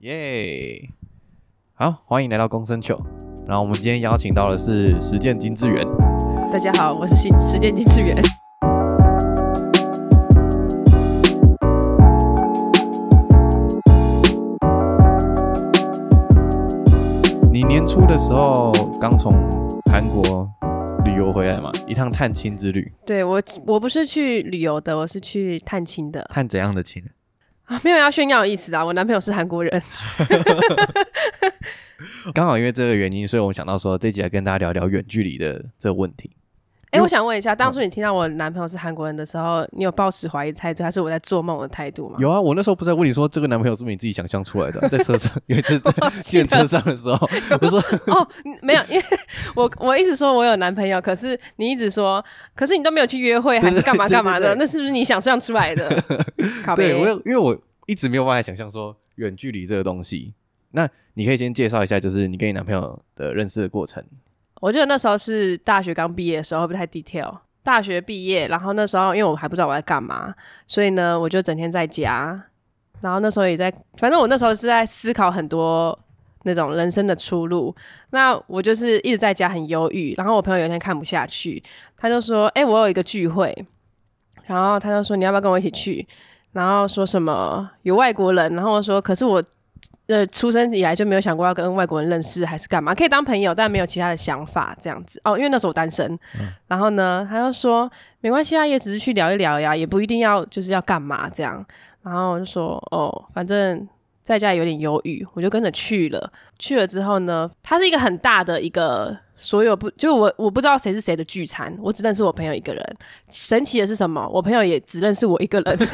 耶！好，欢迎来到公生球。然后我们今天邀请到的是实践金志源。大家好，我是新实践金志源。你年初的时候刚从韩国旅游回来嘛，一趟探亲之旅， 对我，我不是去旅游的，我是去探亲的探怎样的亲？啊，没有要炫耀的意思啊。我男朋友是韩国人， 刚好因为这个原因，所以我们想到说这集来跟大家聊聊远距离的这个问题。哎、我想问一下，当初你听到我男朋友是韩国人的时候，你有抱持怀疑的态度，还是我在做梦的态度吗？有啊，我那时候不是在问你说这个男朋友是不是你自己想象出来的？啊在车上 有一次在记见得车上的时候， 我说哦，嗯没有，因为 我我一直说我有男朋友，可是你一直说，可是你都没有去约会，还是干嘛干嘛对对的，对那是不是你想象出来的？ 靠对北我有，因为我一直没有办法想象说远距离这个东西。那你可以先介绍一下，就是你跟你男朋友的认识的过程。我记得那时候是大学刚毕业的时候，会不会太 detail？大学毕业，然后那时候因为我还不知道我在干嘛，所以呢，我就整天在家。然后那时候也在，反正我那时候是在思考很多那种人生的出路。那我就是一直在家很忧郁。然后我朋友有一天看不下去，他就说：“哎、我有一个聚会。”然后他就说：“你要不要跟我一起去？”然后说什么有外国人，然后我说：“可是我呃，出生以来就没有想过要跟外国人认识还是干嘛，可以当朋友，但没有其他的想法这样子。哦，因为那时候我单身，然后呢，他就说没关系啊，也只是去聊一聊呀，也不一定要就是要干嘛这样。然后我就说哦，反正在家有点犹豫，我就跟着去了。去了之后呢，它是一个很大的一个所有不就我我不知道谁是谁的聚餐，我只认识我朋友一个人。神奇的是什么？我朋友也只认识我一个人。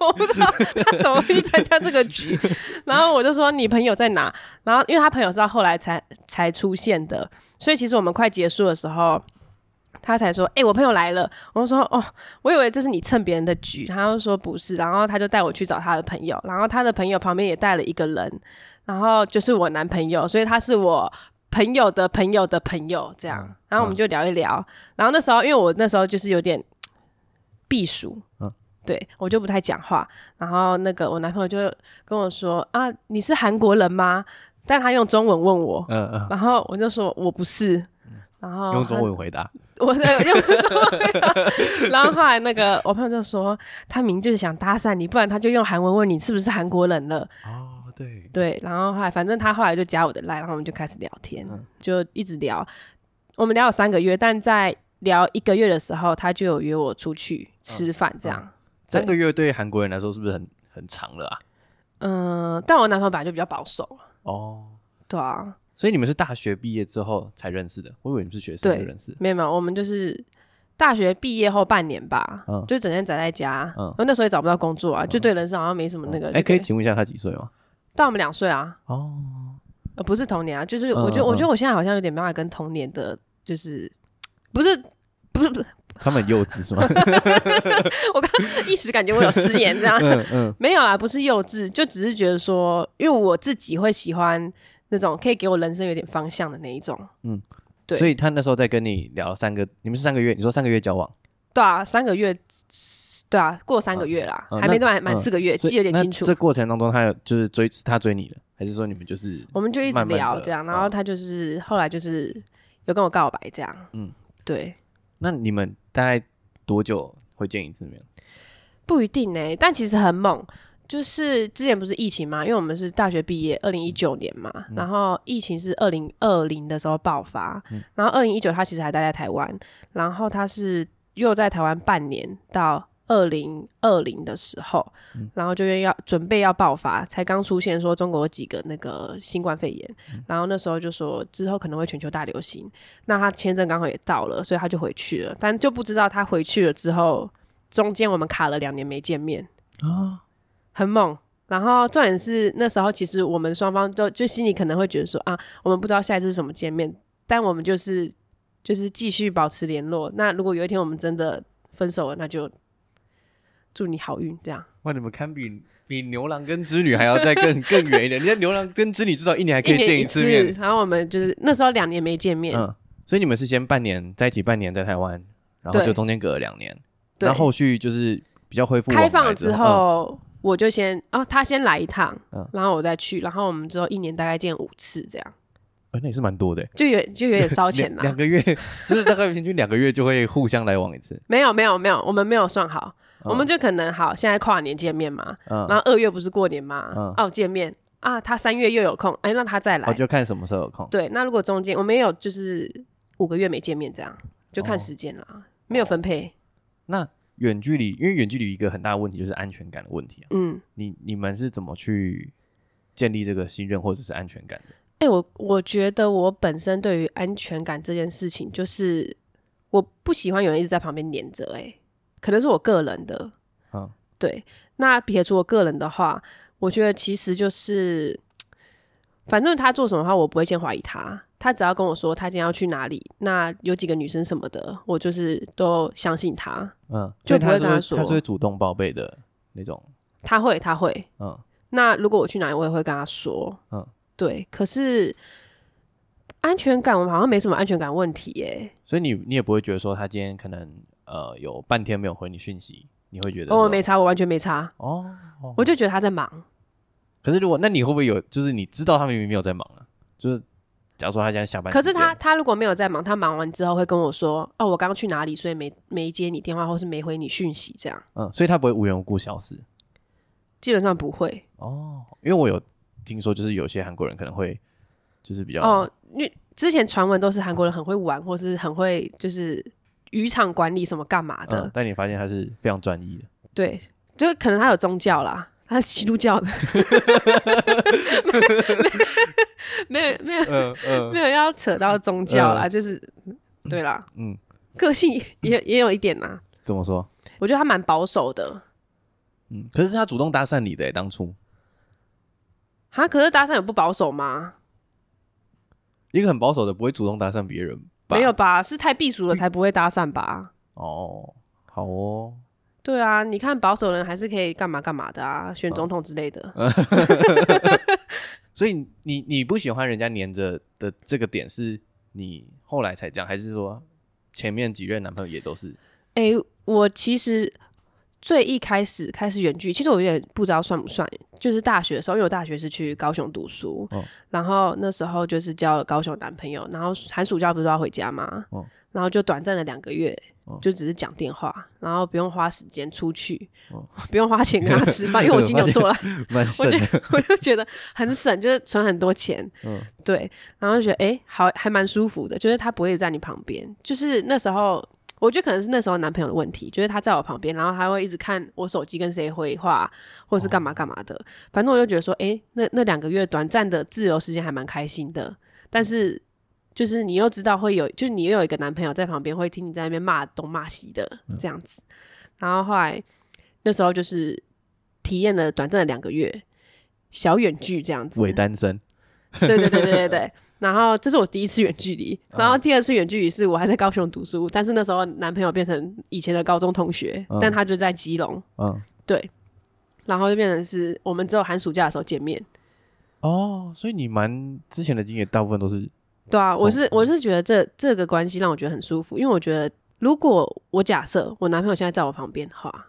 我不知道他怎么去参加这个局，然后我就说你朋友在哪？然后因为他朋友是到后来才才出现的，所以其实我们快结束的时候，他才说：“哎、我朋友来了。”我就说：“哦，我以为这是你蹭别人的局。”他就说：“不是。”然后他就带我去找他的朋友，然后他的朋友旁边也带了一个人，然后就是我男朋友，所以他是我。朋友的朋友的朋友，这样嗯，然后我们就聊一聊。然后那时候，因为我那时候就是有点避暑，嗯对我就不太讲话。然后那个我男朋友就跟我说：“啊，你是韩国人吗？”但他用中文问我，嗯嗯，然后我就说我不是，然后用中文回答。他，我对用中文， 然后后来那个我朋友就说，他明明就是想搭讪你，不然他就用韩文问你是不是韩国人了。哦，对，对，然后后来反正他后来就加我的 line，然后我们就开始聊天，嗯就一直聊，我们聊了三个月，但在聊一个月的时候，他就有约我出去嗯吃饭这样。对三个月对韩国人来说是不是很很长了啊？嗯、但我男朋友本来就比较保守，哦，对啊，所以你们是大学毕业之后才认识的，我以为你们是学生对就认识。没有没有，我们就是大学毕业后半年吧，嗯就整天宅在家，嗯然后那时候也找不到工作啊，就对人生好像没什么那个。哎，可以对请问一下他几岁吗？大我们两岁啊，哦，呃，不是同年啊，就是嗯我觉得，嗯我觉得我现在好像有点没办法跟同年的，就是 不是。不是不是，他们很幼稚是吗？我刚刚一时感觉我有失言这样， 嗯嗯，没有啦，不是幼稚，就只是觉得说，因为我自己会喜欢那种可以给我人生有点方向的那一种， 对所以他那时候在跟你聊三个，你们是三个月，你说三个月交往，对啊，三个月，对啊，过三个月啦，嗯嗯还没那满满嗯四个月，所以哎记得有点那清楚。这过程当中，他有就是追是他追你的，还是说你们就是我们就一直慢慢聊地这样，然哦后他就是、后来就是有跟我告白这样，嗯嗯，对，那你们大概多久会见一次面？不一定呢、欸但其实很猛。就是之前不是疫情嘛，因为我们是大学毕业，二零一九年嘛，然后疫情是二零二零的时候爆发，然后二零一九他其实还待在台湾，然后他是又在台湾半年到二零二零的时候，然后就要准备要爆发，才刚出现说中国有几个那个新冠肺炎，然后那时候就说之后可能会全球大流行，那他签证刚好也到了，所以他就回去了，但就不知道他回去了之后中间我们卡了两年没见面，啊，很猛。然后重点是那时候其实我们双方都就心里可能会觉得说啊，我们不知道下一次是什么见面，但我们就是就是继续保持联络。那如果有一天我们真的分手了，那就祝你好运这样。哇，你们堪比比牛郎跟织女还要再更 更远一点。人家牛郎跟织女至少一年还可以年见一次面，然后我们就是那时候两年没见面，嗯，所以你们是先半年在一起，半年在台湾，然后对就中间隔了两年，对然后，后续就是比较恢复嗯开放之之后、我就先哦，他先来一趟，嗯然后我再去，然后我们之后一年大概见五次，这样哎，那也是蛮多的欸，就有就有点烧钱两啦。两个月 就是大概平均两个月就会互相来往一次。没有没有没有，我们没有算好，我们就就可能好，现在跨年见面嘛，嗯，然后二月不是过年嘛，嗯哦见面啊，他三月又有空，哎，那他再来。我就看什么时候有空。对，那如果中间我们也有就是五个月没见面这样，就看哦时间啦，没有分配。那远距离，因为远距离一个很大的问题就是安全感的问题啊。嗯，你你们是怎么去建立这个信任或者是安全感的？哎、我我觉得我本身对于安全感这件事情，就是我不喜欢有人一直在旁边黏着，哎，可能是我个人的。嗯，对，那撇除我个人的话，我觉得其实就是，反正他做什么的话，我不会先怀疑他。他只要跟我说他今天要去哪里，那有几个女生什么的，我就是都相信他。嗯，所就以不会他是跟他会说他是会主动报备的那种。他会，他会。嗯，那如果我去哪里，我也会跟他说。嗯，对。可是安全感，我们好像没什么安全感问题耶、所以你你也不会觉得说他今天可能呃有半天没有回你讯息，你会觉得哦，说我没差，我完全没差，哦，哦我就觉得他在忙。可是如果那你会不会有就是你知道他明明没有在忙啊？就是假如说他现在下班可时是间，他他如果没有在忙，他忙完之后会跟我说：“哦，我刚刚去哪里，所以没没接你电话，或是没回你讯息。”这样嗯，所以他不会无缘无故消失基本上不会哦，因为我有听说就是有些韩国人可能会就是比较哦，因为之前传闻都是韩国人很会玩，或是很会就是渔场管理什么干嘛的，嗯，但你发现他是非常专一的，对，就是可能他有宗教啦，他是基督 教的，没有没有没有嗯嗯没有要扯到宗教啦，就是对啦，呃嗯，个性也也有一点啦， 怎么说？我觉得他蛮保守的。嗯，可是他主动搭讪你的欸当初哈，啊可是搭讪有不保守吗？一个很保守的不会主动搭讪别人吧，嗯没有吧，是太避暑了才不会搭讪吧？哦，好哦，对啊，你看保守人还是可以干嘛干嘛的啊，哦选总统之类的。所以你你不喜欢人家黏着的这个点，是你后来才这样，还是说前面几任男朋友也都是？诶，我其实最一开始开始远距，其实我有点不知道算不算，就是大学的时候，因为我大学是去高雄读书，哦然后那时候就是交了高雄男朋友，然后寒暑假不是都要回家嘛，哦然后就短暂的两个月哦。就只是讲电话，然后不用花时间出去，哦不用花钱跟他吃 饭，因为我金牛座啦，蛮我省就的， 我就觉得很省，就是存很多钱，嗯对，然后就觉得哎、诶好还蛮舒服的，就是他不会在你旁边，就是那时候我觉得可能是那时候男朋友的问题，就是他在我旁边，然后他会一直看我手机跟谁回话，或是干嘛干嘛的，反正我就觉得说，哎、那那两个月短暂的自由时间还蛮开心的，但是。就是你又知道会有，就你又有一个男朋友在旁边，会听你在那边骂东骂西的这样子。然后后来那时候就是体验了短暂的两个月小远距这样子， 伪单身， 对对对对对对。然后这是我第一次远距离，然后第二次远距离是我还在高雄读书，但是那时候男朋友变成以前的高中同学，嗯但他就在基隆，嗯，然后就变成是我们只有寒暑假的时候见面。哦，所以你蛮之前的经验大部分都是，对啊，懂我是我是觉得这这个关系让我觉得很舒服，因为我觉得如果我假设我男朋友现在在我旁边的话，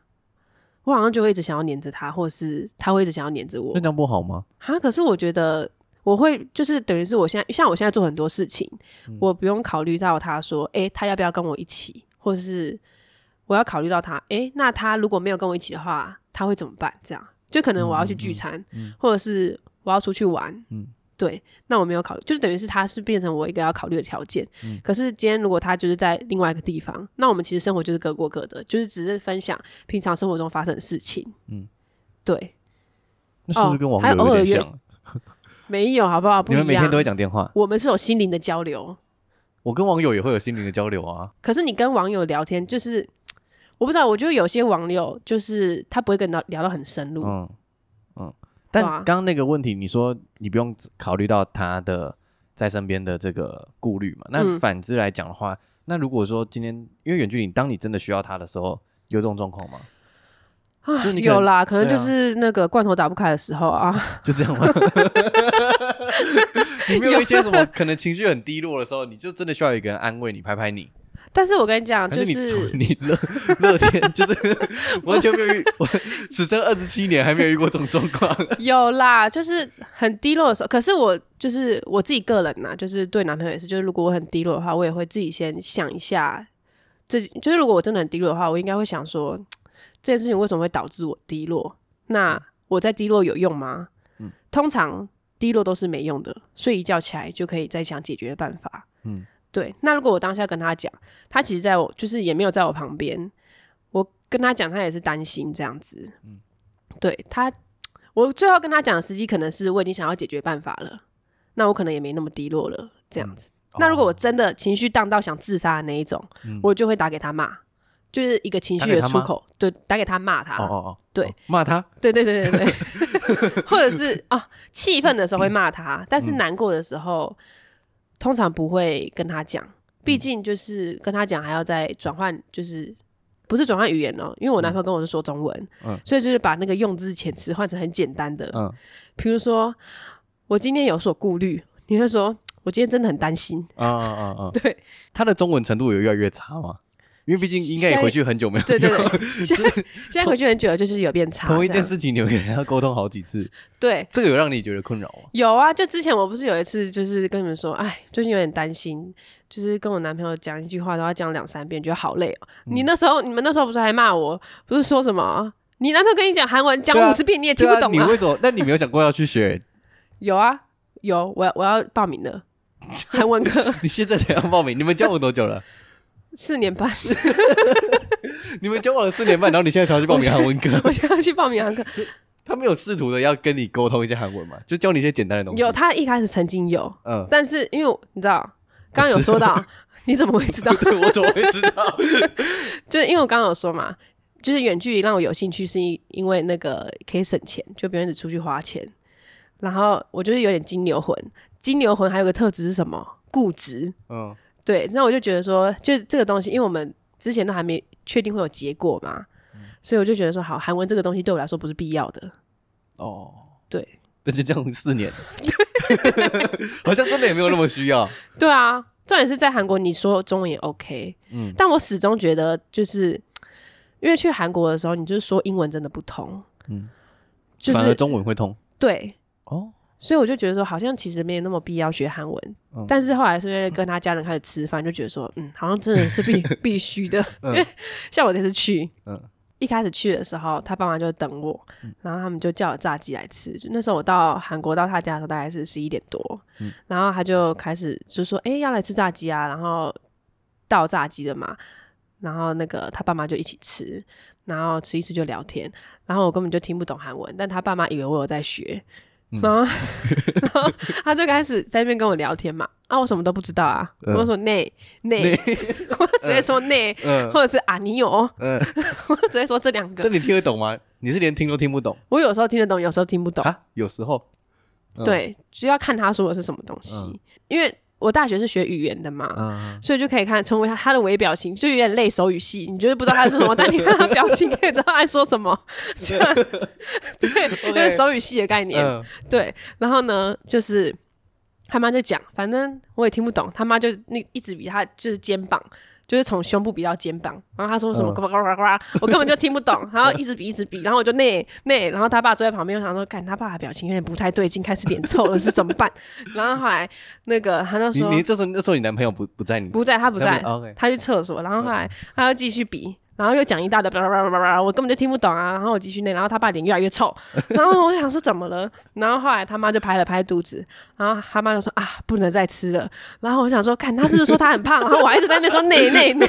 我好像就会一直想要黏着他，或是他会一直想要黏着我那。这样不好吗？哈，可是我觉得我会就是等于是我现在像我现在做很多事情，嗯我不用考虑到他说，诶，他要不要跟我一起，或是我要考虑到他，诶，那他如果没有跟我一起的话，他会怎么办？这样就可能我要去聚餐，嗯嗯或者是我要出去玩，嗯对，那我没有考虑，就是等于是他是变成我一个要考虑的条件。嗯可是今天如果他就是在另外一个地方，那我们其实生活就是各过各的，就是只是分享平常生活中发生的事情。嗯，对，那是不哦是跟网还有友偶尔有约点像？没有好不好？不你们每一天样都会讲电话，我们是有心灵的交流，我跟网友也会有心灵的交流啊。可是你跟网友聊天，就是我不知道，我觉得有些网友就是他不会跟你聊到很深入，嗯嗯，对但啊刚刚那个问题，你说你不用考虑到他的在身边的这个顾虑嘛？那嗯反之来讲的话，那如果说今天因为远距离，当你真的需要他的时候，有这种状况吗？啊就你可能有啦，可能对就啊是那个罐头打不开的时候啊， 就这样吗？你没有一些什么可能情绪很低落的时候，你就真的需要有一个人安慰你、拍拍你，但是我跟你讲，还啊就是你 从你乐乐天 就是完全没有遇，我此生二十七年还没有遇过这种状况。 有啦，就是很低落的时候。可是我就是我自己个人呐、就是对男朋友也是，就是如果我很低落的话，我也会自己先想一下，自己就是如果我真的很低落的话，我应该会想说这件事情为什么会导致我低落？那我在低落有用吗？嗯通常低落都是没用的，所以一觉起来就可以再想解决的办法。嗯，对。那如果我当下跟他讲，他其实在我就是也没有在我旁边，我跟他讲，他也是担心这样子。嗯对他，我最后跟他讲的时机可能是我已经想要解决办法了，那我可能也没那么低落了，这样子。 那如果我真的情绪荡到想自杀的那一种，嗯我就会打给他骂，就是一个情绪打给的他出骂口，对，打给他骂他。哦哦哦，对哦，骂他对对对对对， 或者是啊，气愤的时候会骂他，但是嗯难过的时候、通常不会跟他讲，毕竟就是跟他讲还要再转换，就是不是转换语言哦、因为我男朋友跟我是说中文，嗯所以就是把那个用字遣词换成很简单的，嗯比如说我今天有所顾虑，你会说我今天真的很担心， 啊啊啊！嗯对他的中文程度有越来越差吗？因为毕竟应该也回去很久没有对对 用了，对，现在现在回去很久了就是有变差，同一这件样事情你们跟人家沟通好几次，对，这个有让你觉得困扰吗？有啊，就之前我不是有一次，就是跟你们说，哎，最近有点担心，就是跟我男朋友讲一句话都要讲两三遍，觉得好累哦。嗯你那时候，你们那时候不是还骂我，不是说什么啊？你男朋友跟你讲韩文讲对啊五十遍你也听不懂对啊啊？你为什么？那你没有想过要去 学？有啊，有，我要我要报名 了，韩文课你现在才要报名？你们交往多久了？四年半， 你们交往了四年半，然后你现在才要去报名韩文 我课？现在要去报名韩文课。他没有试图的要跟你沟通一些韩文嘛？就教你一些简单的东西。有，他一开始曾经有，嗯， 但是因为我你知道，刚刚有说到， 你怎么会 知道？对，我怎么会知 道？就是因为我刚刚有说嘛，就是远距离让我有兴趣，是因因为那个可以省钱，就不用一直出去花钱。然后我就是有点金牛魂，金牛魂还有个特质是什么？固执。嗯对，那我就觉得说，就这个东西，因为我们之前都还没确定会有结果嘛，所以我就觉得说，好，韩文这个东西对我来说不是必要的。哦，对，那就这样四年， 好像真的也没有那么需要。对啊，重点是在韩国，你说中文也 OK，嗯，但我始终觉得，就是因为去韩国的时候，你就是说英文真的不通，嗯嗯，就反而是中文会通对，哦。所以我就觉得说，好像其实没有那么必要学韩文。嗯但是后来是因为跟他家人开始吃饭，就觉得说，嗯，好像真的是 必必须的。因嗯为 像我这次去，嗯一开始去的时候，他爸妈就等我，然后他们就叫我炸鸡来吃。就那时候我到韩国到他家的时候，大概是十一点多，嗯然后他就开始就说，哎、要来吃炸鸡啊，然后到炸鸡了嘛。然后那个他爸妈就一起吃，然后吃一吃就聊天，然后我根本就听不懂韩文，但他爸妈以为我有在学，嗯然后 然后他就开始在那边跟我聊天嘛，啊，我什么都不知道啊，嗯我就说内内， 我就直接说内，嗯 或者是啊你有，我嗯， 就直接说这两那个。你听得懂吗？你是连听都听不懂我有时候听得懂，有时候听不懂，啊？有时候，嗯，对，就要看他说的是什么东西。嗯因为我大学是学语言的嘛，嗯，所以就可以看从他他的微表情，就有点类手语系，你就是不知道他说 什么，但你看他表情可以知道他在说什么。这样 对，有点手语系的概念。嗯对，然后呢，就是他妈就讲，反正我也听不懂，他妈就那一直比他就是肩膀，就是从胸部比到肩膀，然后他说什么嗯呱呱呱呱呱，我根本就听不懂，然后一直比一直比，然后我就那那，然后他爸坐在旁边，我想说，看他爸的表情有点不太对劲，开始脸臭了，是怎么办？ 然后后来那个他就你说你这时候那时候你男朋友不不在你不在，他不在，哦 OK，他去厕所，然后后来他又继续比，然后又讲一大堆，叭叭叭叭叭，我根本就听不懂啊。然后我继续念，然后他爸脸越来 越臭，然后我想说怎么了？然后后来他妈就拍了拍肚子，然后他妈就说啊，不能再吃了。然后我想说，看他是不是说他很胖？然后我还一直在那边说内内内，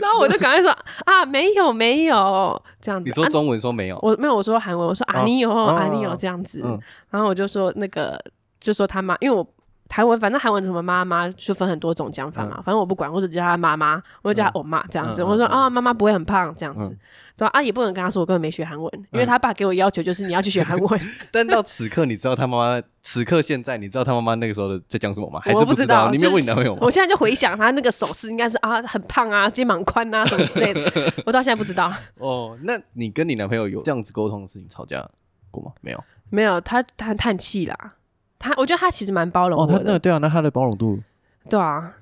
然后我就赶快说啊，没有没有这样子。你说啊中文说没有，我没有，我说韩文，我说哦啊你有哦啊你哦有这样子嗯，然后我就说那个就说他妈，因为我韩文反正韩文什么妈妈就分很多种讲法嘛，反正我不管，我只叫他妈妈，我就叫他欧妈这样嗯子，嗯嗯我说嗯啊妈妈不会很胖这样子嗯，对啊啊也不能跟他说我根本没学韩文，因为他爸给我要求就是你要去学 韩文，但到此刻你知道他妈妈，此刻现在你知道他妈妈那个时候的在讲什么吗？还是我不知知道，你没就有是问你男朋友吗我？现在就回想他那个手势应该是啊很胖啊肩膀宽啊什么之 类的，我到现在不知道。哦，那你跟你男朋友有这样子沟通的事情吵架过吗？没有。没有，他他叹气啦。他我觉得他其实蛮包容我哦，的他，那对啊，那他的包容度对啊，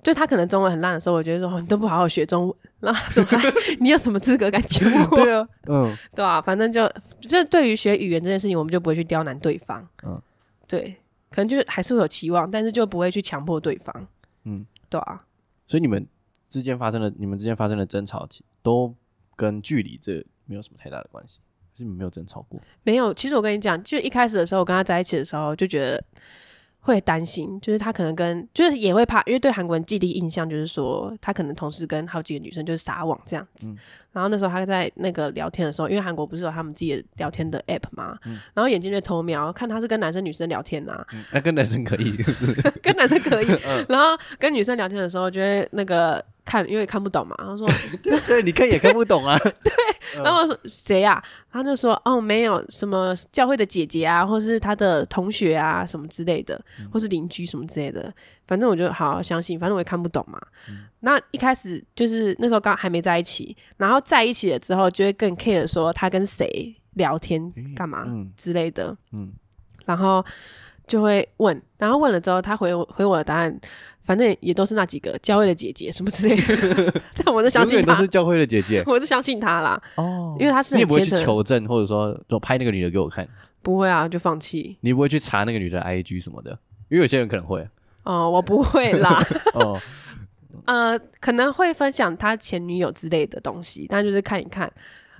就他可能中文很烂的时候，我觉得说、哦你都不好好学中文，然后他说哎 你有什么资格敢讲我？ 对啊，嗯，对啊，反正就就是对于学语言这件事情，我们就不会去刁难对方。嗯嗯，对，可能就是还是会有期望，但是就不会去强迫对方。嗯嗯，对啊，所以你们之间发生的，你们之间发生的争吵，其都跟距离这没有什么太大的关系，还是你们没有争吵过？没有。其实我跟你讲，就一开始的时候，我跟他在一起的时候，就觉得会担心，就是他可能跟，就是也会怕，因为对韩国人既定印象就是说，他可能同时跟好几个女生就是撒网这样子。嗯然后那时候他在那个聊天的时候，因为韩国不是有他们自己的聊天的 app 嘛，然后眼睛就偷瞄，看他是跟男生女生聊天啊，嗯那跟男生可以，跟男生可以，然后跟女生聊天的时候，就会那个看，因为看不懂嘛。然后说， 对，你看也看不懂 啊。然后我说谁呀、啊？他就说，哦，没有什么教会的姐姐啊，或是他的同学啊，什么之类的，嗯或是邻居什么之类的。反正我就好好相信，反正我也看不懂嘛。嗯那一开始就是那时候刚还没在一起，然后在一起了之后，就会更 care 说他跟谁聊天诶干嘛嗯之类的。嗯，然后就会问，然后问了之后，他回我回我的答案，反正也都是那几个教会的姐姐什么之类的， 但我就相永信远都他，是教会的姐姐我就相信他啦，哦因为他是你也很不会虔去诚的，求证，或者说说拍那个女的给我看，不会啊，就放弃。你也不会去查那个女的 IG 什么的，因为有些人可能 会哦、我不会 啦，哦，呃，可能会分享他前女友之类的东西，但就是看一看。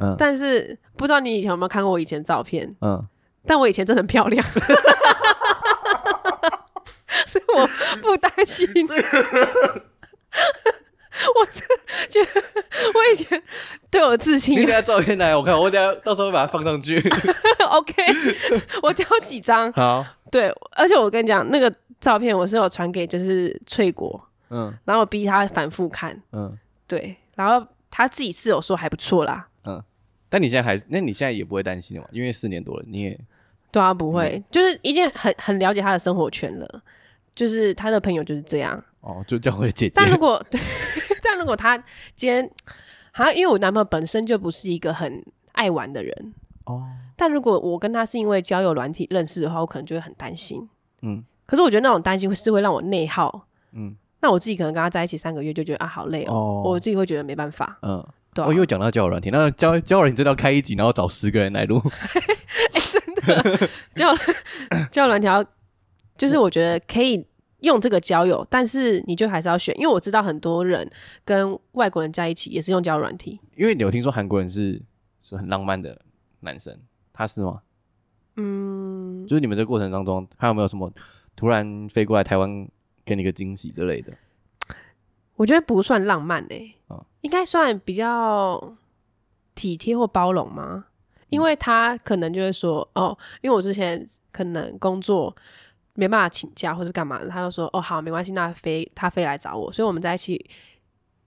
嗯但是不知道你以前有没有看过我以前照片，嗯，但我以前真的很 漂亮，所以我不担 心。我是觉得我以前对我的自信你等下照片来我看，我等下到时候会把它放上去。 OK，我挑几张。好，对，而且我跟你讲，那个照片我是有传给就是翠果，嗯然后我逼他反复看，嗯，对，然后他自己是有说还不错啦，但你现在还，那你现在也不会担心了嘛？因为四年多了，你也对啊，不会，嗯就是已经很很了解他的生活圈了，就是他的朋友就是这样。哦，就教会的姐姐但， 如果对，但如果他今天，好像因为我男朋友本身就不是一个很爱玩的人，哦，但如果我跟他是因为交友软体认识的话，我可能就会很担心。嗯可是我觉得那种担心会是会让我内耗，嗯那我自己可能跟他在一起三个月就觉得啊好累哦，哦我自己会觉得没办法，嗯。对、啊哦，又讲到交友软体，那交交友软体真的要开一集，然后找十个人来录。交交友软条，就是我觉得可以用这个交友，但是你就还是要选，因为我知道很多人跟外国人在一起也是用交友软体，因为你有听说韩国人是是很浪漫的男生，他是吗？嗯，就是你们这过程当中，他有没有什么突然飞过来台湾给你个惊喜之类的？我觉得不算浪漫诶、哦应该算比较体贴或包容吗？因为他可能就会说，哦，因为我之前可能工作没办法请假或是干嘛的，他就说，哦，好，没关系，那飞他飞来找我，所以我们在一起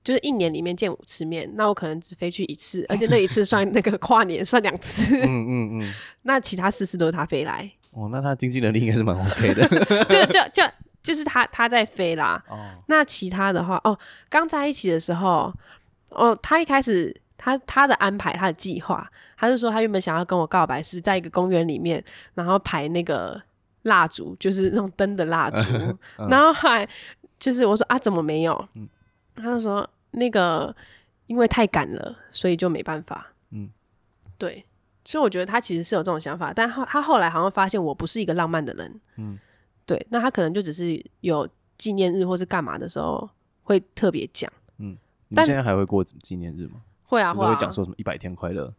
就是一年里面见五次面，那我可能只飞去一次，而且那一次算那个跨年算两次，嗯嗯嗯。那其他四次都是他飞来， 哦，那他经济能力应该是蛮 OK 的。就就就就是他他在飞啦， 哦，那其他的话，哦，刚在一起的时候，哦，他一开始他他的安排，他的计划，他是说他原本想要跟我告白是在一个公园里面，然后排那个蜡烛，就是那种灯的蜡烛，然后后来就是我说啊，怎么没有？嗯他就说那个因为太赶了，所以就没办法。嗯嗯，对，所以我觉得他其实是有这种想法，但后他后来好像发现我不是一个浪漫的人。嗯嗯，对，那他可能就只是有纪念日或是干嘛的时候会特别讲。你们但现在还会过纪念日吗？会啊，就是会啊讲说什么一百天快乐，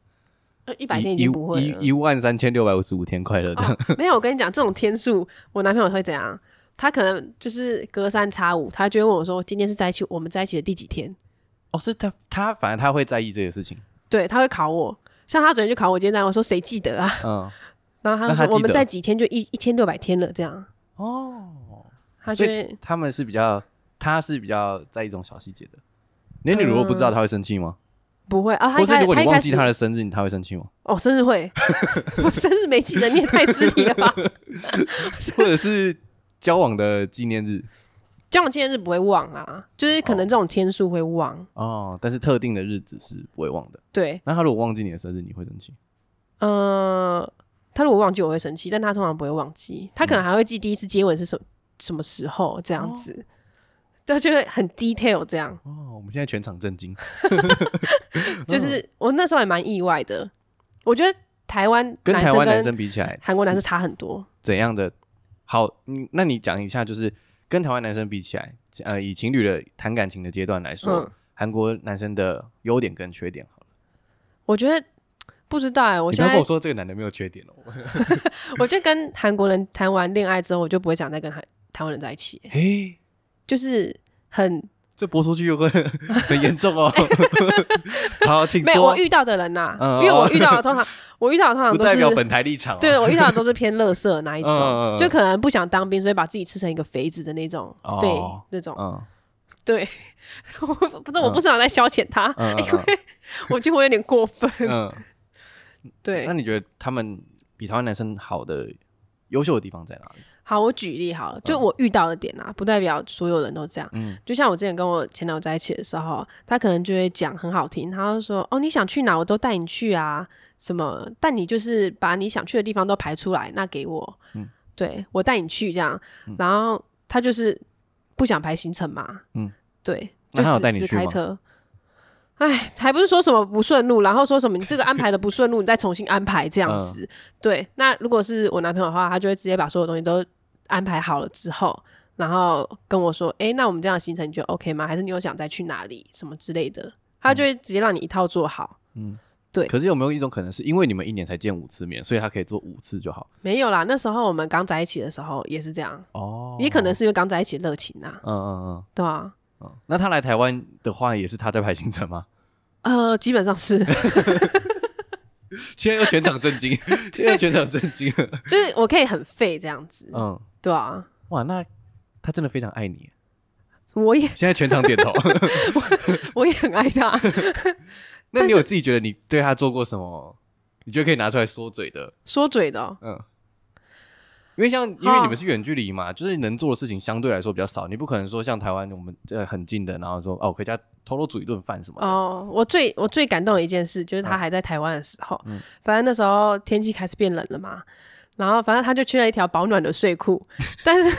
一百天已一经不会了一。一万三千六百五十五天快乐这样。哦、没有，我跟你讲，这种天数，我男朋友会怎样？他可能就是隔三差五，他就会问我说：“今天是在一起，我们在一起的第几天 哦，是他他反正他会在意这个事情。？”对，他会考我。像他昨天就考我，今天在我说谁记得啊？嗯，然那他后他就记说得我们在几天就一一千六百天了，这样哦，他就所以会他们是比较，他是比较在意这种小细节的。那嗯你如果不知道，他会生气吗？不会啊。他或一是开如果他你一忘开记始他的生日，你他会生气吗？哦，生日会，我生日没记得，你也太失礼了 吧？ 或者是交往的纪念日交往纪念日不会忘啊，就是可能这种天数会忘。哦，但是特定的日子是不会忘的。对，那他如果忘记你的生日，你会生气？呃，他如果忘记我会生气，但嗯他通常不会忘记，他可能还会记第一次接吻是什么、什么时候这样子。对，就是很 detail 这样。哦，我们现在全场震惊。嗯就是我那时候也蛮意外的，我觉得台湾跟男台生湾男跟生比起来，韩国男生差很多。怎样的好？嗯，那你讲一下，就是跟台湾男生比起来，呃，以情侣的谈感情的阶段来说，嗯韩国男生的优点跟缺点好了。我觉得不知道哎、我你现不要在跟我说这个男的没有缺点哦。我就跟韩国人谈完恋爱之后，我就不会想再跟韩台湾人在一起、欸嘿，就是很这播出去又会 很严重 哦。好，请没有我说，遇到的人呐、嗯因为我遇到的通常我遇到的通常 不都代表是。本台立场哦。对，我遇到的 都是偏乐色的那一种，嗯嗯嗯就可能不想当兵，所以把自己吃成一个肥子的那种哦废、那种。嗯，对， 我不是，我嗯不想再消遣他，嗯嗯因为我觉得我有点 过分。嗯，对那，你觉得他们比台湾男生好的优秀的地方在哪里？好，我举例好了，就我遇到的点啊，不代表所有人都这样。嗯，就像我之前跟我前男友在一起的时候，他可能就会讲很好听，他就说：“哦，你想去哪我都带你去啊，什么？但你就是把你想去的地方都排出来，那给我，嗯对我带你去这样。然后他就是不想排行程嘛，嗯，对，那就他有是带你只去开吗车。哎，还不是说什么不顺路，然后说什么你这个安排的不顺路，你再重新安排这样嗯子。对，那如果是我男朋友的话，他就会直接把所有东西都安排好了之后，然后跟我说：“诶，那我们这样的行程你觉得 OK 吗？还是你有想再去哪里什么之类的？”他就会直接让你一套做好。对可是有没有一种可能是因为你们一年才见五次面，所以他可以做五次就好？没有啦，那时候我们刚在一起的时候也是这样，哦也可能是因为刚在一起热情啊，嗯嗯对啊，嗯嗯。那他来台湾的话，也是他在排行程吗？呃，基本上是， 现在又全场震 惊，现在又全场震惊了。就是我可以很废这样子， 嗯，对啊，哇，那他真的非常爱你，我也 现在全场点 头。我也很爱他，那但你是有自己觉得你对他做过什么？你觉得可以拿出来说嘴的？说嘴的哦、嗯，因为像因为嗯你们是远距离嘛，就是能做的事情相对来说比较少，你不可能说像台湾我们呃很近的，然后说哦回家偷偷煮一顿饭什么的。哦，我最我最感动的一件事就是他嗯还在台湾的时候，嗯反正那时候天气开始变冷了嘛，然后反正他就缺了一条保暖的睡裤， 但是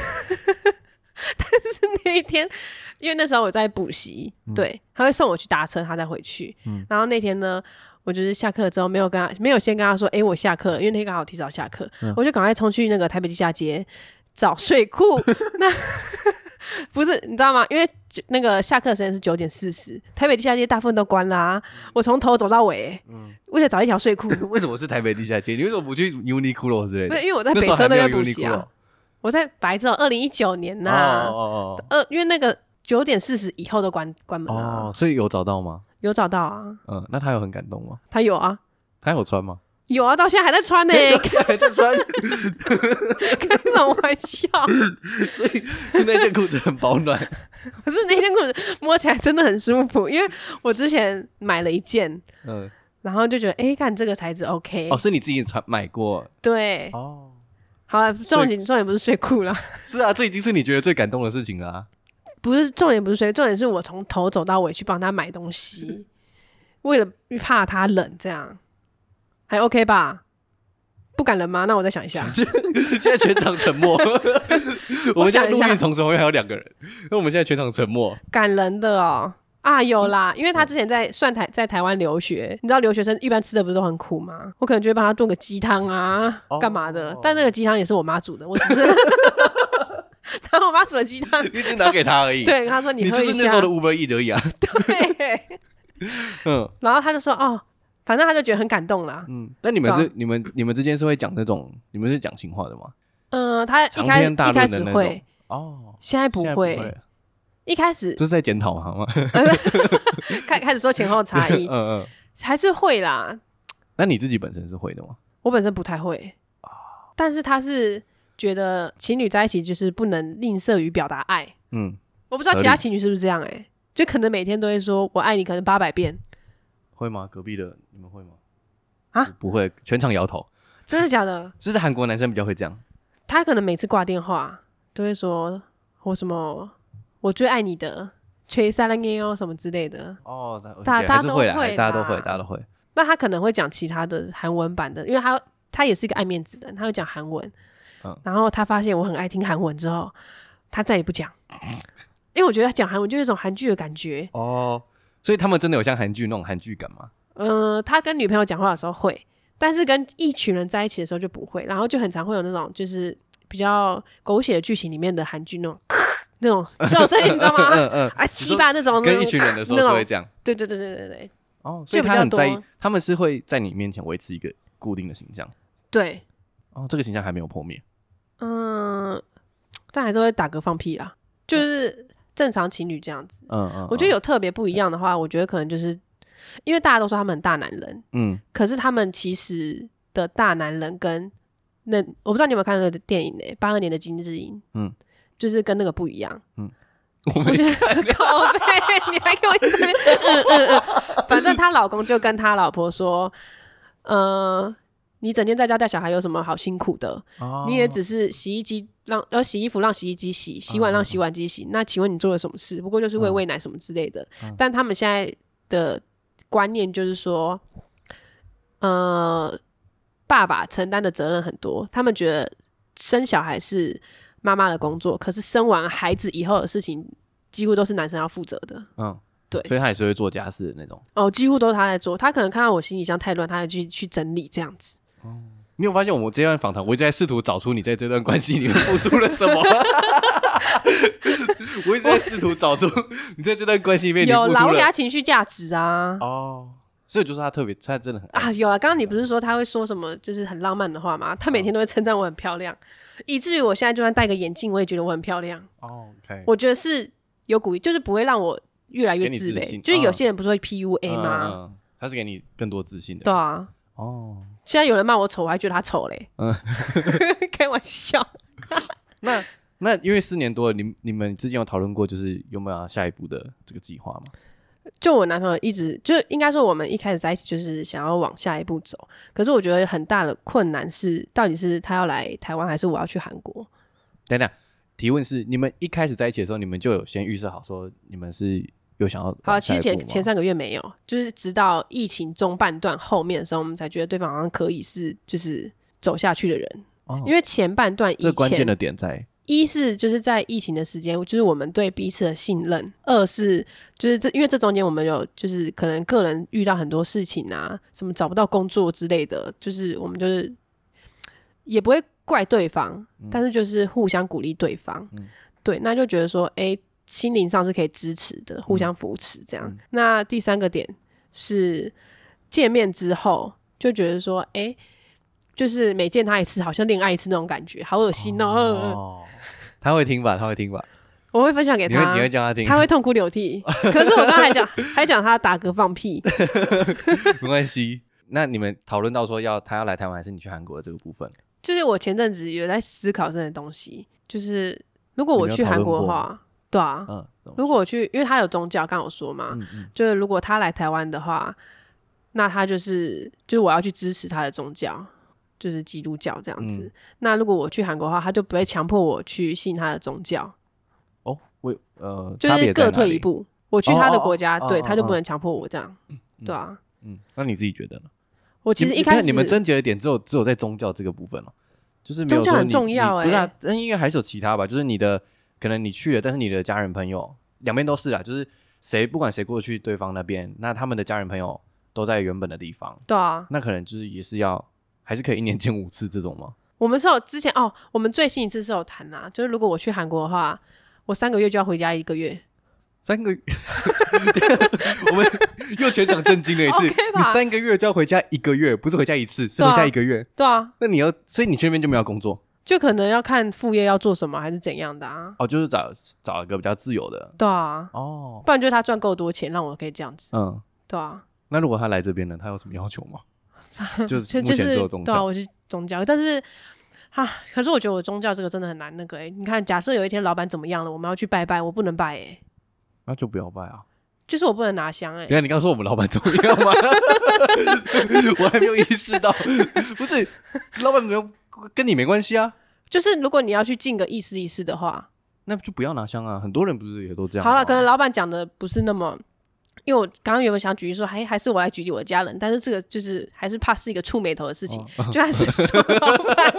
但是那一天，因为那时候我在补习，对，他会送我去搭车，他再回去，嗯然后那天呢。我就是下课之后没有跟他，没有先跟他说，诶，我下课了，因为那天刚好提早下课，嗯我就赶快冲去那个台北地下街找睡裤。那不是你知道吗？因为就那个下课时间是九点四十，台北地下街大部分都关啦、我从头走到尾，为了找一条睡裤。 为什么是台北地下街？你为什么不去 Uniqlo 之类不的是？因为我在那北时候车还那没有边补习 Uniqlo 啊，。我在白昼二零一九年呐、哦二、因为那个九点四十以后都关关哦门了、啊哦，所以有找到吗？有找到啊，嗯，那他有很感动吗？他有啊，他有穿 吗？有啊，到现在还在 穿呢、 还在穿，开什么玩笑？所以所以那件裤子很保暖。可是那件裤子摸起来真的很舒服，因为我之前买了一件， 嗯，然后就觉得哎，诶看这个材质 OK，、哦，是你自己穿买过对，哦？好了，重点重点不是睡裤啦，是啊，这已经是你觉得最感动的事情了、啊。不是重点不是睡，重点是我从头走到尾去帮他买 东西，为了怕他冷，这样还 OK 吧？不感人吗？那我再想 一下。现在全场沉 默。我们现在想一录下音同时后面还有两个人，那我们现在全场沉 默。感人的哦啊，有啦，嗯因为他之前在算台在台湾留学，你知道留学生一般吃的不是都很苦吗？我可能就会帮他炖个鸡汤啊，哦干嘛的？但那个鸡汤也是我妈煮的，我只是 拿我妈煮的鸡汤，你只是拿给他而已。，对他 说你喝就是一那时下候的，Uber E 而已啊。 对，嗯然后他就说哦，反正他就觉得很感动啦。嗯，但你们是对啊你们你们之间是会讲那种你们是讲情话的吗？嗯、他长一开篇大一开论的始那会种，。哦，现在不现在嗯会，一开始这是在检讨吗好吗？开开始说前后差 异嗯，嗯，还是会啦。那你自己本身是会的吗？我本身不太会，但是他是觉得情侣在一起就是不能吝啬于表达爱。嗯，我不知道合理其他情侣是不是这样哎、就可能每天都会说我爱你，可能八百遍，会吗？隔壁的你们会吗？啊不，不会，全场摇头。真的假的？就是韩国男生比较会这样。他可能每次挂电话都会说我什么我最爱你的，吹三零幺什么之类的。哦，那大对大还家是都会啦，会还大家都啦会，大家都会。那他可能会讲其他的韩文版的，因为他他也是一个爱面子的人，他会讲韩文。嗯然后他发现我很爱听韩文之后，他再也不讲。因为我觉得讲韩文就有一种韩剧的感觉。哦，所以他们真的有像韩剧那种韩剧感吗？嗯，他跟女朋友讲话的时候会，但是跟一群人在一起的时候就不会，然后就很常会有那种就是比较狗血的剧情里面的韩剧那种那种这种声音，你知道嗯 吗？嗯，啊，七吧那种跟一群人的时候那是种会这样。对对对对对对哦，所以就比他较很在意多，他们是会在你面前维持一个固定的形象。对，哦，这个形象还没有破灭。嗯，但还是会打嗝放屁啦，就是正常情侣这样子。嗯嗯，我觉得有，有特别不一样的话，我觉得可能就是因为大家都说他们很大男人，嗯，可是他们其实的大男人跟那我不知道你有没有看那个电影呢、八二年的金智英，嗯，就是跟那个不一样。 我我们觉得 靠背，你还给我一直在那边嗯嗯嗯，反正她老公就跟他老婆说，呃，你整天在家带小孩有什么好辛苦的？哦你也只是洗衣机让要洗衣服让洗衣机洗，洗嗯碗让洗碗机洗。那请问你做了什么事？不过就是喂喂奶什么之类的。嗯但他们现在的观念就是说，呃，爸爸承担的责任很多，他们觉得生小孩是妈妈的工作，可是生完孩子以后的事情。几乎都是男生要负责的嗯，对所以他也是会做家事的那种。哦，几乎都是他在做。他可能看到我行李箱太乱，他就去去整理这样子。你有发现我们这段访谈，我一直在试图找出你在这段关系里面付出了什 么？ 我一直在试图找出你在这段关系里面你有付出劳了牙情绪价值啊，哦，所以就是他特别，他真的很啊，有啊！刚刚你不是说他会说什么就是很浪漫的话吗？他每天都会称赞我很漂亮，以至于我现在就算戴个眼镜，我也觉得我很漂亮。哦，OK，我觉得是有鼓励，就是不会让我越来越给你自自卑。信就是有嗯些人不是会 PUA 吗？嗯？嗯嗯他是给你更多自信的对啊，哦。现在有人骂我丑，我还觉得他丑 嘞。嗯开玩笑。那那因为四年多了，你你们之前有讨论过，就是有没有要下一步的这个计划吗？就我男朋友一直就应该说，我们一开始在一起就是想要往下一步走，可是我觉得很大的困难是，到底是他要来台湾，还是我要去韩国？等等，提问是你们一开始在一起的时候，你们就有先预设好说你们是有想要好，往其下一实前步吗前三个月没有，就是直到疫情中半段后面的时候，我们才觉得对方好像可以是就是走下去的人，哦因为前半段以这关键前的点在一是就是在疫情的时间，就是我们对彼此的信任；二是就是这因为这中间我们有就是可能个人遇到很多事情啊，什么找不到工作之类的，就是我们就是也不会怪对方，但是就是互相鼓励对方，嗯对，那就觉得说，哎、心灵上是可以支持的，互相扶持这样。嗯那第三个点是见面之后就觉得说，哎、就是每见他一次，好像恋爱一次那种感觉，好恶心哦。哦，他会听吧？他会听吧？我会分享给你会他你，会叫他听？ 他会痛哭流涕。可是我刚才讲， 还讲他打嗝放屁，没关系。那你们讨论到说要他要来台湾还是你去韩国的这个部分，就是我前阵子有在思考这些东西，就是如果我去韩国的你们话，对啊，嗯，懂如果我去，因为他有宗教，刚刚有说嘛，嗯嗯就是如果他来台湾的话，那他就是就是我要去支持他的宗教，就是基督教这样子。嗯那如果我去韩国的话，他就不会强迫我去信他的宗教，哦，我有呃，就差别在是各哪退里一。步。我去他的哦哦国家，哦对哦他就哦不能强迫我这样，对啊。嗯，那你自己觉得呢？我其你实们一你看开始你们争结的点只有只有在宗教这个部分哦，就是没有宗教说很你重你要不是欸啊，但因为还是有其他吧，就是你的可能你去了，但是你的家人朋友两边都是啦，就是谁不管谁过去对方那边，那他们的家人朋友都在原本的地方，对啊，那可能就是也是要还是可以一年见五次这种吗？我们是有之前哦，我们最新一次是有谈啦、就是如果我去韩国的话，我三个月就要回家一个月， 三个月， 我们又全场震惊了一次。 OK 吧你三个月就要回家一个月，不是回家一次，是对啊回家一个月。对啊，那你要，所以你去那边就没有工作就可能要看副业要做什么还是怎样的啊，哦，就是找找一个比较自由的对啊，哦。不然就是他赚够多钱让我可以这样子，嗯，对啊，那如果他来这边呢，他有什么要求 吗？就是就目就前只是有宗对啊，教。我是宗教，但是啊，可是我觉得我宗教这个真的很难那个诶、欸你看，假设有一天老板怎么样了，我们要去拜拜，我不能拜诶、欸那就不要拜啊！就是我不能拿香诶、等欸一下你刚说我们老板怎么样 吗？ 我还没有意识到，不是老板没有跟你没关系啊，就是如果你要去进个意思意思的话，那就不要拿香啊。很多人不是也都这样吗。好了，可能老板讲的不是那么因为我刚刚原本想举例说，哎还还是我来举例我的家人，但是这个就是还是怕是一个触眉头的事情，哦 就还是 说老板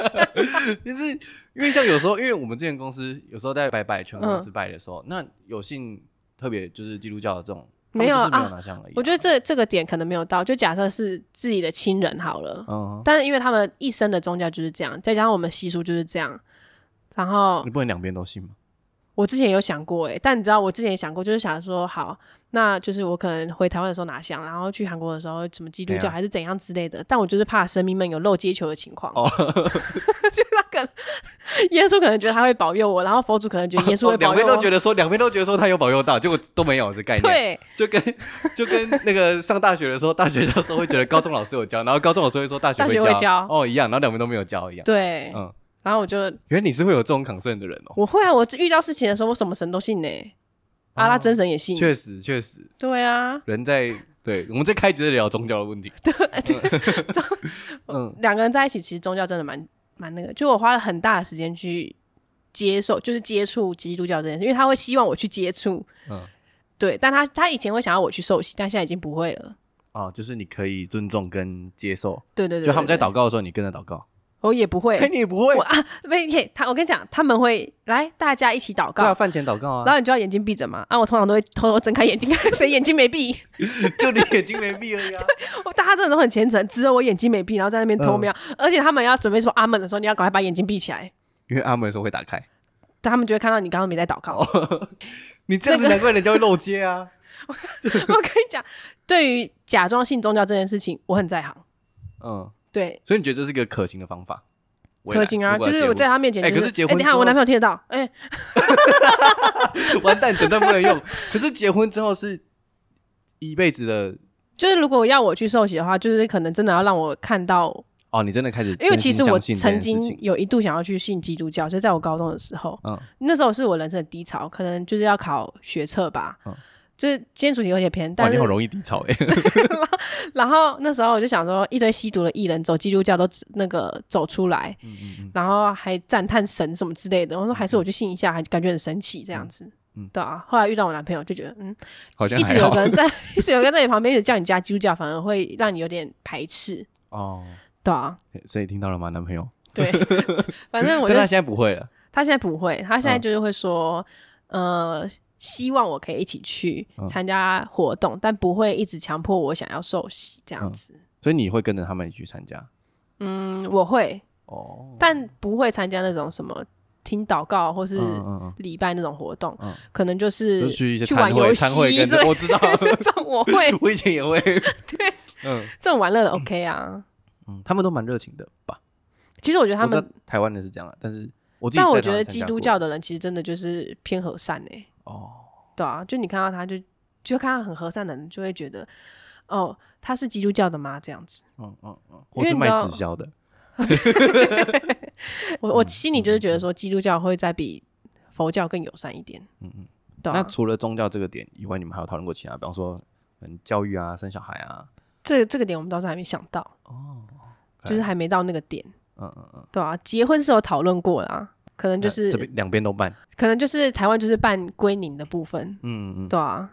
就是因为像有时候，因为我们之前公司有时候在拜拜全公司拜的嗯时候，那有幸特别就是基督教的这种，他们没有就是没有啊拿香而已啊、我觉得这这个点可能没有到，就假设是自己的亲人好了，嗯，但是因为他们一生的宗教就是这样，再加上我们习俗就是这样，然后你不能两边都信吗？我之前有想过诶、但你知道我之前也想过，就是想说好，那就是我可能回台湾的时候拿香，然后去韩国的时候什么基督对教啊还是怎样之类的，但我就是怕神明们有漏接球的情况，哦 就是他可能耶稣可能觉得他会保佑我，然后佛祖可能觉得耶稣会哦两保佑啊边我，都觉得说，两边都觉得说他有保佑到，结果都没有这概念。，对就跟 就跟那个上大学的时候，大学教授会觉得高中老师有教，然后高中老师会说大学大学教会教哦一样，然后两边都没有教一样。对，嗯，然后我就原来你是会有这种 concern 的人哦。我会啊，我遇到事情的时候，我什么神都信呢、欸阿拉真神也信，哦确实，确实，对啊，人在对我们在开始聊宗教的问题。对，宗嗯，两个人在一起，其实宗教真的蛮蛮那个，就我花了很大的时间去接受，就是接触基督教这件事，因为他会希望我去接触，嗯对，但他他以前会想要我去受洗，但现在已经不会了。哦，就是你可以尊重跟接受，对对对就他们在，祷对告的时候，你跟着祷告。对我也不会哎，，你也不会我啊，没嘿，他我跟你讲，他们会来大家一起祷对啊，告，饭前祷告然啊，后你就要眼睛闭着嘛，啊，我通常都会偷偷睁开眼睛， 看谁眼睛没闭， 就你眼睛没闭而已 啊。我大家真的都很虔诚，只有我眼睛没闭，然后在那边偷嗯瞄，而且他们要准备说阿门的时候，你要赶快把眼睛闭起来，因为阿门的时候会打开。但他们就会看到你刚刚没在祷告。哦，你这样子那个难怪人家会漏接啊。 我跟你讲，对于假装信宗教这件事情，我很在行。嗯，对，所以你觉得这是一个可行的方法？未来可行啊，如果就要是我结在婚他面前、就哎可是是结婚哎等一下之后我男朋友听得到，哎、 完蛋，整段不能用。可是结婚之后是一辈子的就是如果要我去受洗的话，就是可能真的要让我看到，哦，你真的开始因为其实我真心曾相信这件事情经有一度想要去信基督教，就在我高中的时候，嗯那时候是我人生的低潮，可能就是要考学测吧。嗯就是今天主题有点偏，哇，但你是好容易低潮哎、然后那时候我就想说，一堆吸毒的艺人走基督教都那个走出来，嗯嗯嗯，然后还赞叹神什么之类的。我说还是我去信一下，还感觉很神奇这样子。嗯嗯对啊。后来遇到我男朋友，就觉得嗯， 好像一直还有好个人在， 一直有个人在你旁边一直叫你加基督教，反而会让你有点排斥。哦。对啊，所以听到了吗，男朋友？对。反正我就但他现在不会了。他现在不会，他现在嗯就是会说，呃，希望我可以一起去嗯参加活动，但不会一直强迫我想要受洗这样嗯子。所以你会跟着他们一起去参加嗯，我会，哦。但不会参加那种什么听祷告或是嗯嗯嗯礼拜那种活动，嗯可能就是就是去一些玩餐游会，戏餐会跟着对我知道，这种我 会， 我以前也会。对，嗯这种玩乐的 OK 啊。嗯，他们都蛮热情的吧？其实我觉得他我知们道，台湾的是这样啊，但是我自己但我在觉台得湾参基加督过教的人其实真的就是偏和善哎、哦，对啊，就你看到他就就看到很和善的人，就会觉得哦，他是基督教的吗？这样子，嗯嗯嗯，或因为是你卖知道直销的，我嗯我心里就是觉得说基督教会再比佛教更友善一点，嗯嗯。对那啊，除了宗教这个点以外，你们还有讨论过其他，比方说嗯教育啊、生小孩啊。这这个点我们倒是还没想到，哦，就是还没到那个点，嗯嗯嗯，对啊，结婚是有讨论过啦，可能就那是这边两边都办。可能就是台湾就是办归宁的部分，嗯嗯，对啊，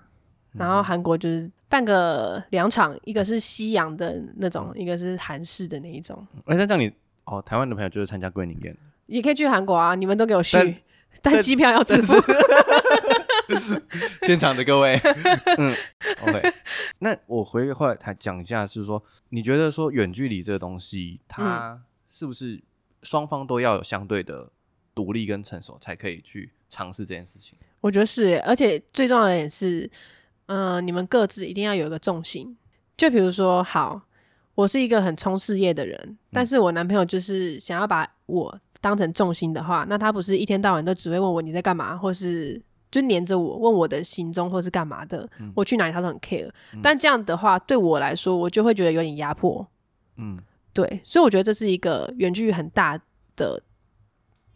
然后韩国就是办个两场，一个是西洋的那种，一个是韩式的那一种，哎，那这样你哦，台湾的朋友就是参加桂林 宴，也可以去韩国啊，你们都给我去但，但但机票要自付。现场的各 位。嗯，OK。那我回后来还讲一下，是说你觉得说远距离这个东西，它嗯是不是双方都要有相对的独立跟成熟，才可以去尝试这件事情？我觉得是耶，而且最重要的也是，嗯、你们各自一定要有一个重心。就比如说，好，我是一个很冲事业的嗯人，但是我男朋友就是想要把我当成重心的话，那他不是一天到晚都只会问我你在干嘛，或是就黏着我问我的行踪或是干嘛的，嗯我去哪里他都很 care、但这样的话，对我来说，我就会觉得有点压迫。嗯对，所以我觉得这是一个远距离很大的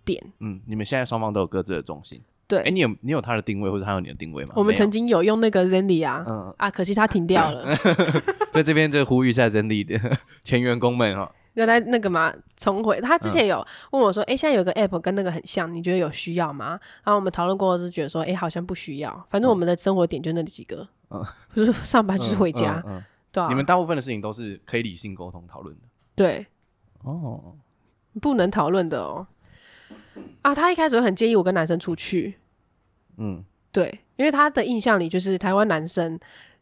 点。嗯，你们现在双方都有各自的重心。对，哎，你有你有他的定位，或者他有你的定位吗？我们没有曾经有用那个 Zenly 啊，嗯 啊，可惜它停掉了。 在这边就呼吁一下真理的前员工们哈、原来那个嘛，重回他之前嗯有问我说，哎、现在有个 app 跟那个很像，你觉得有需要吗？然后我们讨论过后是觉得说，哎、好像不需要，反哦正我们的生活点就那几个，嗯就是上班就是回家，嗯嗯对啊，嗯你们大部分的事情都是可以理性沟通讨论的。对哦，不能讨论的哦。啊，他一开始会很介意我跟男生出去，嗯，对，因为他的印象里就是台湾男生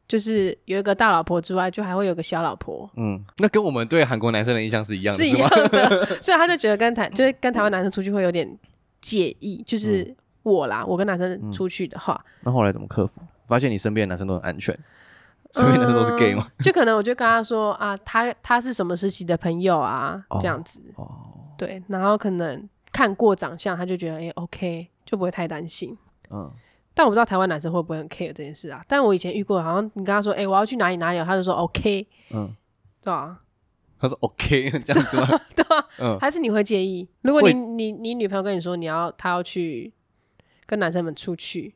就是有一个大老婆之外，就还会有个小老婆。嗯，那跟我们对韩国男生的印象是一样的，是一吗样？ 的，所以他就觉得跟台就是跟台湾男生出去会有点介意，嗯就是我啦，我跟男生出去的话，那后来怎么克服？发现你身边的男生都很安全，身边的男生都是 gay 吗？嗯？就可能我就跟他说啊，他他是什么时期的朋友啊，哦这样子，哦，对，然后可能看过长相，他就觉得哎、OK，就不会太担心。嗯，但我不知道台湾男生会不会很 care 这件事啊？但我以前遇过，好像你跟他说，哎、我要去哪里哪里，他就说 OK，嗯，对啊，他说 OK 这样子吗？ 对啊，嗯，还是你会介意？如果会你你你女朋友跟你说你要她要去跟男生们出去，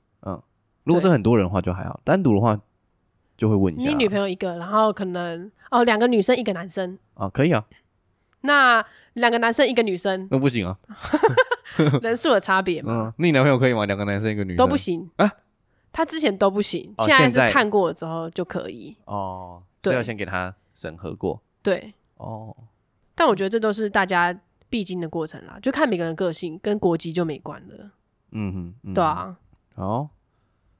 如果是很多人的话就还好，单独的话就会问一下。你女朋友一个，然后可能哦两个女生一个男生，啊，可以啊，那两个男生一个 女生那不行啊，人数的差别嘛、嗯，那你男朋友可以吗？两个男生一个女生都不行啊。他之前都不行，哦在现是在看过之后就可以。哦，所以对要先给他审核过对，哦，但我觉得这都是大家必经的过程啦，就看每个人个性跟国籍就没关了，嗯哼，嗯对，啊。好，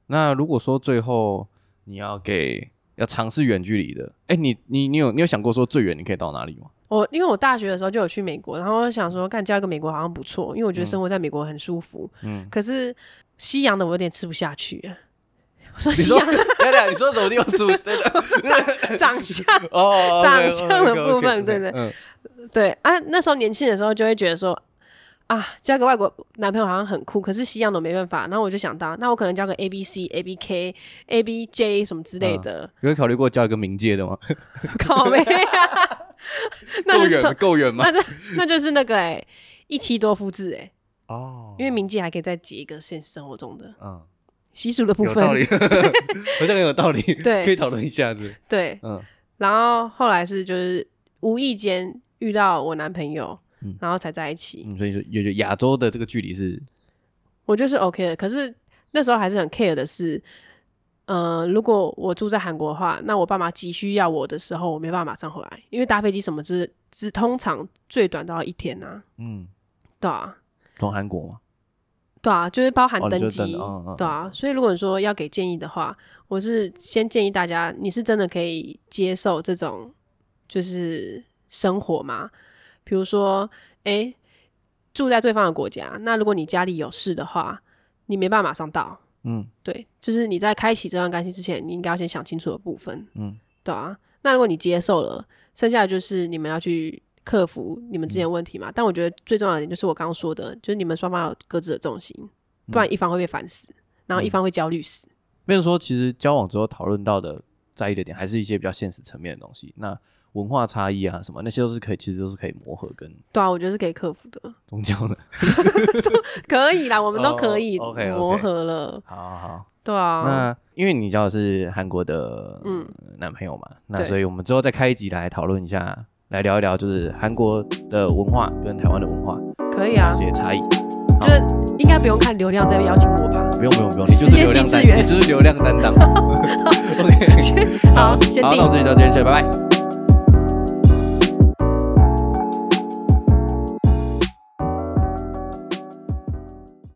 那如果说最后你要给要尝试远距离的，哎，你你你有你有想过说最远你可以到哪里吗？我因为我大学的时候就有去美国，然后我想说，干交一个美国好像不错，因为我觉得生活在美国很舒服。嗯可是西洋的我有点吃不下去。啊我 说你西 说，洋等一下你说什么地方住？对 对长相，哦长相的部分对对对，对啊，那时候年轻的时候就会觉得说，啊，交个外国男朋友好像很酷，可是西洋的我没办法。然后我就想到，那我可能交个 A B C、A B K、A B J 什么之类的，你有考虑过交一个冥界的吗？靠 没啊？ 那够就是嗯远吗同够远吗那？就那就是那个哎、一妻多夫制哎、哦因为冥界还可以再结一个现实生活中的嗯，习俗的部有道 分。理， 好像很有道理，对可以讨论一下子。对，嗯，然后后来是就是无意间遇到我男朋友，嗯然后才在一起。嗯所以说，也就亚洲的这个距离是，我就是 OK 的，可是那时候还是很 care 的是，呃，如果我住在韩国的话，那我爸妈急需要我的时候，我没办法马上回来，因为搭飞机什么之之，通常最短都要一天啊，嗯，对啊。从韩国嘛，对啊，就是包含哦你登就机，等哦哦对啊，所以如果你说要给建议的话，我是先建议大家，你是真的可以接受这种就是生活嘛？比如说，诶、住在对方的国家，那如果你家里有事的话，你没办法马上到，嗯对，就是你在开启这段关系之前，你应该要先想清楚的部分，嗯对啊。那如果你接受了，剩下的就是你们要去克服你们之间的问题嘛。但我觉得最重要的点就是我刚刚说的，就是你们双方要有各自的重心，不嗯然一方会被烦死，然后一方会焦虑死。变成说，其实交往之后讨论到的在意的点，还是一些比较现实层面的东西。那文化差异啊，什么那些都是可以，其实都是可以磨合跟对啊，我觉得是可以克服的，宗教 的。可以啦，我们都可以哦，OK，OK 磨合了。好好好，对啊，那因为你交的是韩国的嗯男朋友嘛，那对所以我们之后再开一集来讨论一下，来聊一聊就是韩国的文化跟台湾的文化可以啊这，些差异。好就是应该不用看流量再邀请我吧。 不用不用不用，你就是流量世界担，纪支援你就是流量担当。OK， 好，先好，那我们这。定集到这边，谢谢拜拜。